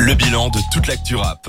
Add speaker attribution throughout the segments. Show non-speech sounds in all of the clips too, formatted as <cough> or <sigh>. Speaker 1: le bilan de toute l'actu rap.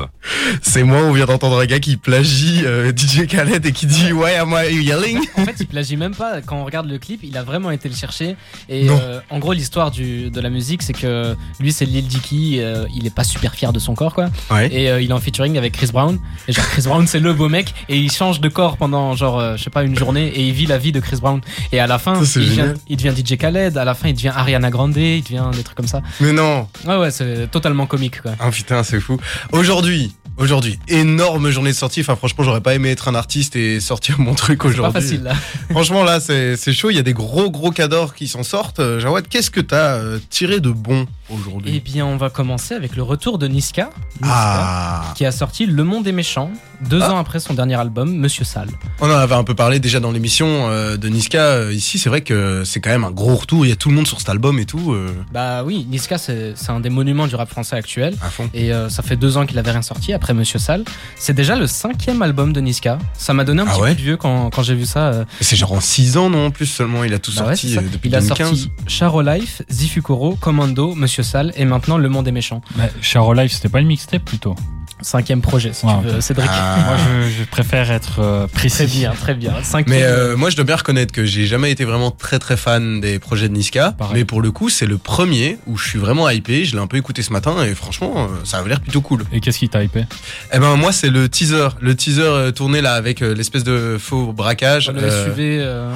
Speaker 2: C'est moi, on vient d'entendre un gars qui plagie euh, DJ Khaled et qui dit Why am I yelling
Speaker 3: En fait, il plagie même pas. Quand on regarde le clip, il a vraiment été le chercher. Et
Speaker 2: Non.
Speaker 3: euh, en gros, l'histoire du- de la musique, c'est que lui, c'est Lil Dicky. euh, il est pas super fier de son corps, quoi.
Speaker 2: Ouais.
Speaker 3: Et euh, il est en featuring avec Chris Brown. Et genre, Chris Brown, c'est le beau mec. Et il change de corps pendant, genre, euh, je sais pas, une journée. Et il vit la vie de Chris Brown. Et à la fin,
Speaker 2: Ça, c'est
Speaker 3: il,
Speaker 2: génial.
Speaker 3: devient, il devient DJ Khaled. À la fin, il devient Ariana Grande. Il devient des trucs comme ça.
Speaker 2: Mais non
Speaker 3: Ouais, ouais, c'est totalement comique, quoi.
Speaker 2: Ah putain, c'est fou. Aujourd'hui, aujourd'hui, énorme journée de sortie. Enfin, franchement, j'aurais pas aimé être un artiste et sortir mon truc
Speaker 3: Pas
Speaker 2: aujourd'hui.
Speaker 3: facile, là.
Speaker 2: Franchement, là, c'est c'est chaud. Il y a des gros, gros cadors qui s'en sortent. Euh, Jawad, qu'est-ce que t'as euh, tiré de bon
Speaker 3: Eh
Speaker 2: aujourd'hui
Speaker 3: bien, on va commencer avec le retour de Niska. Niska.
Speaker 2: Ah
Speaker 3: qui a sorti Le Monde est méchant, deux
Speaker 2: Ah.
Speaker 3: ans après son dernier album, Monsieur Sale.
Speaker 2: On en avait un peu parlé déjà dans l'émission euh, de Niska. Euh, Ici, c'est vrai que c'est quand même un gros retour. Il y a tout le monde sur cet album et tout. euh,
Speaker 3: Bah oui, Niska, c'est c'est un des monuments du rap français actuel.
Speaker 2: à fond.
Speaker 3: Et euh, ça fait deux ans qu'il avait rien sorti après Monsieur Sale. C'est déjà le cinquième album de Niska. Ça m'a donné un
Speaker 2: Ah
Speaker 3: petit
Speaker 2: ouais
Speaker 3: coup de vieux quand, quand j'ai vu ça. euh,
Speaker 2: C'est genre en 6 ans, non En plus seulement, il a tout
Speaker 3: bah ouais,
Speaker 2: sorti
Speaker 3: c'est ça.
Speaker 2: euh, depuis
Speaker 3: Il a
Speaker 2: 2015.
Speaker 3: sorti Charo Life, Zifukoro, Commando, Monsieur Sale et maintenant Le Monde est méchant.
Speaker 4: Mais Charo Bah, Life, c'était pas une mixtape plutôt.
Speaker 3: Cinquième projet, si
Speaker 4: Ouais,
Speaker 3: tu veux, Cédric.
Speaker 4: Moi,
Speaker 2: Ah.
Speaker 4: je, je préfère être euh, précis.
Speaker 3: Très bien, très bien. Cinquième.
Speaker 2: <laughs> Mais euh, moi, je dois bien reconnaître que j'ai jamais été vraiment très très fan des projets de Niska.
Speaker 4: Pareil.
Speaker 2: Mais pour le coup, c'est le premier où je suis vraiment hypé. Je l'ai un peu écouté ce matin et franchement, euh, ça avait l'air plutôt cool.
Speaker 4: Et qu'est-ce qui t'a hypé
Speaker 2: Eh ben moi, c'est le teaser, le teaser euh, tourné là avec euh, l'espèce de faux braquage.
Speaker 3: le
Speaker 2: Euh,
Speaker 3: SUV, euh,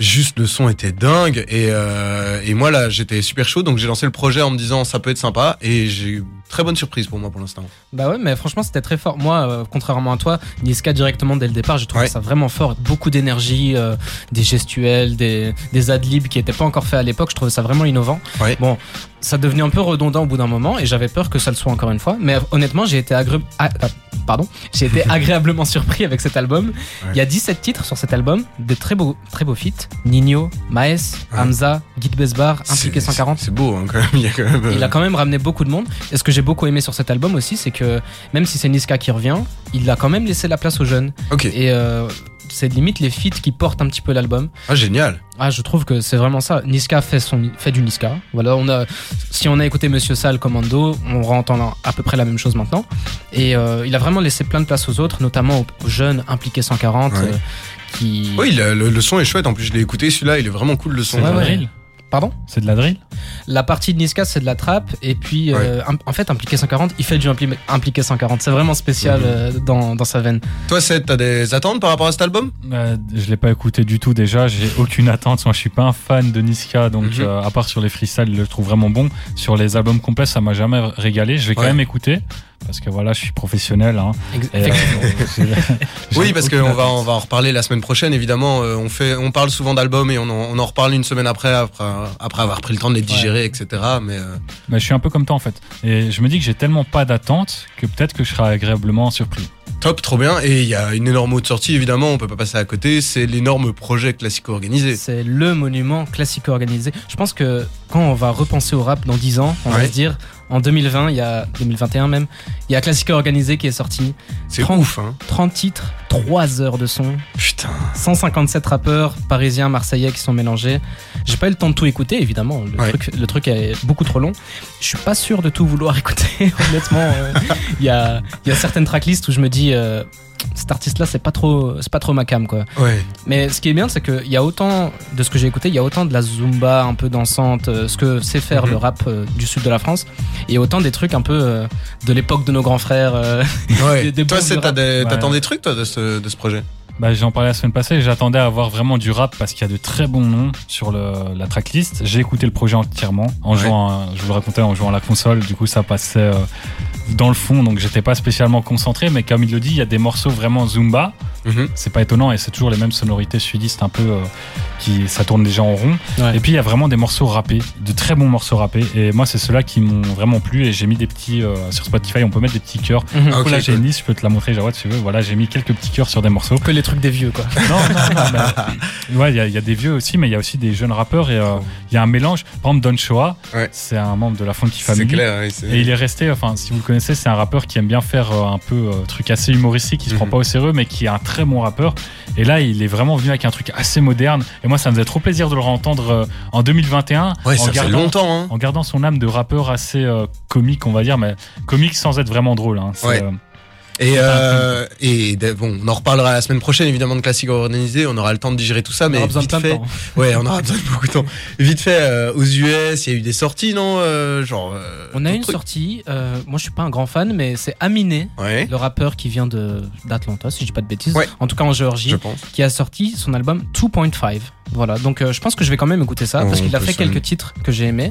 Speaker 2: juste le son était dingue et euh, et moi là, j'étais super chaud donc j'ai lancé le projet en me disant ça peut être sympa et j'ai eu une très bonne surprise pour moi pour l'instant.
Speaker 3: Bah ouais, mais franchement, c'était très fort. Moi, euh, contrairement à toi, Niska directement dès le départ, j'ai trouvé
Speaker 2: Ouais.
Speaker 3: ça vraiment fort. Beaucoup d'énergie, euh, des gestuels, des, des ad-libs qui n'étaient pas encore faits à l'époque. Je trouvais ça vraiment innovant.
Speaker 2: Ouais.
Speaker 3: Bon, ça devenait un peu redondant au bout d'un moment et j'avais peur que ça le soit encore une fois. Mais euh, honnêtement, j'ai été, agré- ah, ah, pardon,
Speaker 2: <laughs>
Speaker 3: j'ai été agréablement surpris avec cet album.
Speaker 2: Ouais.
Speaker 3: Il y a 17 titres sur cet album, des très beaux, très beaux feats. Nino, Maes, Hamza, Guide Besbar, Impliqué
Speaker 2: C'est-
Speaker 3: 140.
Speaker 2: C'est beau hein, quand même. <laughs> Il y a quand même. euh,
Speaker 3: Il a quand même ramené beaucoup de monde. Et ce que j'ai beaucoup aimé sur cet album aussi, c'est que même si c'est Niska qui revient, il a quand même laissé la place aux jeunes.
Speaker 2: Ok.
Speaker 3: Et euh, c'est limite les feats qui portent un petit peu l'album.
Speaker 2: Ah génial.
Speaker 4: Mm.
Speaker 3: Ah, je trouve que c'est vraiment ça. Niska fait, son, fait du Niska. Voilà, on a, si on a écouté Monsieur Sal Commando, on entend à peu près la même chose maintenant. Et euh, il a vraiment laissé plein de place aux autres, notamment aux, aux jeunes impliqués 140.
Speaker 2: Ouais.
Speaker 3: euh, qui...
Speaker 2: Oui, le, le- le son est chouette. En plus, je l'ai écouté. Celui-là, il est vraiment cool le son.
Speaker 4: C'est de la
Speaker 3: ouais.
Speaker 4: drill
Speaker 3: Pardon
Speaker 4: C'est de la drill
Speaker 3: La partie de Niska, c'est de la trappe. Et puis, euh, im- en fait, Impliqué 140, il fait du impli- Impliqué 140. C'est vraiment spécial
Speaker 2: Mhm.
Speaker 3: euh, dans, dans sa veine.
Speaker 2: Toi, Seth, t'as des attentes par rapport à cet album
Speaker 4: Euh, Je l'ai pas écouté du tout déjà. J'ai aucune attente. Moi, je suis pas un fan de Niska. Donc,
Speaker 2: Mhm.
Speaker 4: euh, à part sur les freestyles, je le trouve vraiment bon. Sur les albums complets, ça m'a jamais régalé. Je vais
Speaker 2: Ouais.
Speaker 4: quand même écouter. Parce que voilà, je suis professionnel. hein. Et, euh,
Speaker 3: Effectivement.
Speaker 4: <laughs>
Speaker 1: <laughs>
Speaker 4: j'ai- j'ai
Speaker 1: bah
Speaker 2: Oui, parce
Speaker 4: aucune
Speaker 2: qu'on va,
Speaker 4: attente.
Speaker 2: on va en reparler la semaine prochaine, évidemment. Euh, on, fait, on parle souvent d'albums et on en, on en reparle une semaine après, après, après avoir pris le temps de les digérer, etc. Mais euh,
Speaker 4: Mais bah, je suis un peu comme toi en fait. Et je me dis que j'ai tellement pas d'attente que peut-être que je serai agréablement surpris.
Speaker 2: top, trop bien. Et il y a une énorme haute sortie, évidemment, on peut pas passer à côté. C'est l'énorme projet classico organisé.
Speaker 3: <laughs> C'est le monument classique organisé. Je pense que quand on va repenser au rap dans 10 ans, on va
Speaker 2: Ouais.
Speaker 3: se dire en 2020, il y a 2021 même, il y a classique organisé qui est sorti.
Speaker 2: C'est
Speaker 3: Trente-
Speaker 2: ouf, hein.
Speaker 3: 30 titres, 3 heures de son,
Speaker 2: Putain.
Speaker 3: 157 rappeurs parisiens, marseillais qui sont mélangés. J'ai pas eu le temps de tout écouter, évidemment. Le,
Speaker 2: Ouais.
Speaker 3: truc, le truc est beaucoup trop long. Je suis pas sûr de tout vouloir <laughs> écouter, honnêtement. euh, Il y, a, il y a certaines tracklists où je me dis, euh, cet artiste-là, c'est pas trop, c'est pas trop ma cam, quoi.
Speaker 2: Ouais.
Speaker 4: <laughs>
Speaker 3: Mais ce qui est bien, c'est qu'il y a autant, de ce que j'ai écouté, il y a autant de la zumba un peu dansante, euh, ce que sait faire
Speaker 2: Mhm.
Speaker 3: le rap euh, du sud de la France, et autant des trucs un peu euh, de l'époque de nos grands frères. euh,
Speaker 2: <laughs> ouais.
Speaker 3: Des- des
Speaker 2: toi,
Speaker 3: bombes
Speaker 2: Seth,
Speaker 3: de
Speaker 2: t'as
Speaker 3: rap.
Speaker 2: des-
Speaker 4: Ouais.
Speaker 2: t'attends des trucs, toi, de ce, de ce projet
Speaker 4: Bah, J'en parlais la semaine passée, j'attendais à avoir vraiment du rap parce qu'il y a de très bons noms sur le, la tracklist. J'ai écouté le projet entièrement en
Speaker 2: Ouais.
Speaker 4: jouant, à- je vous le racontais, en jouant à la console. Du coup, ça passait euh, dans le fond, donc j'étais pas spécialement concentré. Mais comme il le dit, il y a des morceaux vraiment Zumba.
Speaker 2: Mhm.
Speaker 4: C'est pas étonnant et c'est toujours les mêmes sonorités sudistes un peu euh, qui ça tourne déjà en rond.
Speaker 3: Ouais.
Speaker 4: Et puis il y a vraiment des morceaux rappés, de très bons morceaux rappés. Et moi, c'est ceux-là qui m'ont vraiment plu. Et j'ai mis des petits euh, sur Spotify, on peut mettre des petits cœurs.
Speaker 2: Ah,
Speaker 4: Du coup,
Speaker 2: ok,
Speaker 4: là, j'ai
Speaker 2: cool.
Speaker 4: une liste, je peux te la montrer, Jawad, si tu veux. Voilà, j'ai mis quelques petits cœurs sur des morceaux.
Speaker 3: que les trucs des vieux, quoi.
Speaker 4: Non, non, non, mais- euh, ouais, il y, a- il y a des vieux aussi, mais il y a aussi des jeunes rappeurs et euh, il y a un mélange. Par exemple, Don Shoah,
Speaker 2: Ouais.
Speaker 4: c'est un membre de la Funky
Speaker 2: C'est
Speaker 4: Family.
Speaker 2: clair. hein, ouais, c'est-
Speaker 4: Et il est resté, enfin, si vous le connaissez, c'est un rappeur qui aime bien faire euh, un peu euh, truc assez humoristique, qui se prend
Speaker 2: Mhm.
Speaker 4: pas au sérieux, mais qui a un très bon rappeur. Et là, il est vraiment venu avec un truc assez moderne. Et moi, ça me faisait trop plaisir de le entendre en 2021.
Speaker 2: Ouais,
Speaker 4: en
Speaker 2: ça fait longtemps, hein.
Speaker 4: en gardant son âme de rappeur assez euh, comique, on va dire, mais comique sans être vraiment drôle. hein. C'est,
Speaker 2: Ouais.
Speaker 4: euh,
Speaker 2: Et,
Speaker 4: C'est
Speaker 2: euh, et de- bon, on en reparlera la semaine prochaine, évidemment, de classique organisé. On aura le temps de digérer tout ça,
Speaker 4: on
Speaker 2: mais
Speaker 4: aura besoin de
Speaker 2: vite
Speaker 4: plein de
Speaker 2: fait.
Speaker 4: temps.
Speaker 2: Ouais, on aura besoin de beaucoup de temps. Vite fait, euh, aux US, il y a eu des sorties, non euh, Genre. euh,
Speaker 3: On a
Speaker 2: d'autres
Speaker 3: une
Speaker 2: trucs.
Speaker 3: sortie, euh, moi je suis pas un grand fan, mais c'est Aminé,
Speaker 2: Ouais,
Speaker 3: le rappeur qui vient de d'Atlanta, si je dis pas de bêtises,
Speaker 2: Eh Ouais.
Speaker 3: en tout cas en Géorgie,
Speaker 2: je pense.
Speaker 3: qui a sorti son album 2.5. Voilà, donc euh, je pense que je vais quand même écouter ça,
Speaker 2: On
Speaker 3: parce qu'il a
Speaker 2: peut
Speaker 3: fait
Speaker 2: se-
Speaker 3: quelques titres que j'ai aimés.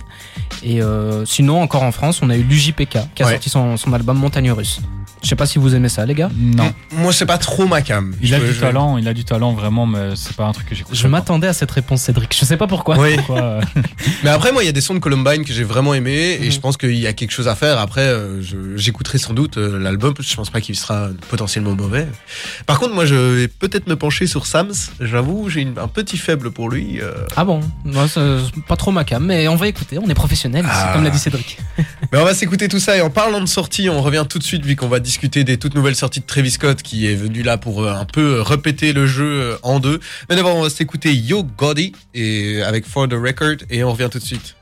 Speaker 3: Et euh, sinon, encore en France, on a eu l'UJPK, qui a
Speaker 2: Ouais.
Speaker 3: sorti son, son album Montagne Russe. Je sais pas si vous aimez ça, les gars.
Speaker 4: Non.
Speaker 2: M- Moi, c'est pas trop ma cam.
Speaker 4: Il
Speaker 2: Je
Speaker 4: a
Speaker 2: peux-
Speaker 4: du
Speaker 2: je-
Speaker 4: talent, il a du talent vraiment, mais c'est pas un truc que j'écoute.
Speaker 3: Je m'attendais à cette réponse, Cédric. Je sais pas pourquoi.
Speaker 2: <laughs> Oui.
Speaker 4: Quoi, euh,
Speaker 2: Mais après, moi, il y a des sons de Columbine que j'ai vraiment aimé et
Speaker 3: Mhm.
Speaker 2: je pense qu'il y a quelque chose à faire. Après, euh, je- j'écouterai sans doute euh, l'album. Je pense pas qu'il sera potentiellement mauvais. Par contre, moi, je vais peut-être me pencher sur Sams. J'avoue, j'ai une- un petit faible pour lui. euh.
Speaker 3: Ah bon Moi, c'est pas trop ma cam, mais on va écouter. On est professionnels,
Speaker 2: Ah.
Speaker 3: comme l'a dit Cédric.
Speaker 2: Mais on va s'écouter tout ça et en parlant de sortie, on revient tout de suite vu qu'on va discuter des toutes nouvelles sorties de Travis Scott qui est venu là pour euh, un peu euh, répéter le jeu euh, en deux. Mais d'abord, on va s'écouter Yo Gotti et avec For the Record et on revient tout de suite.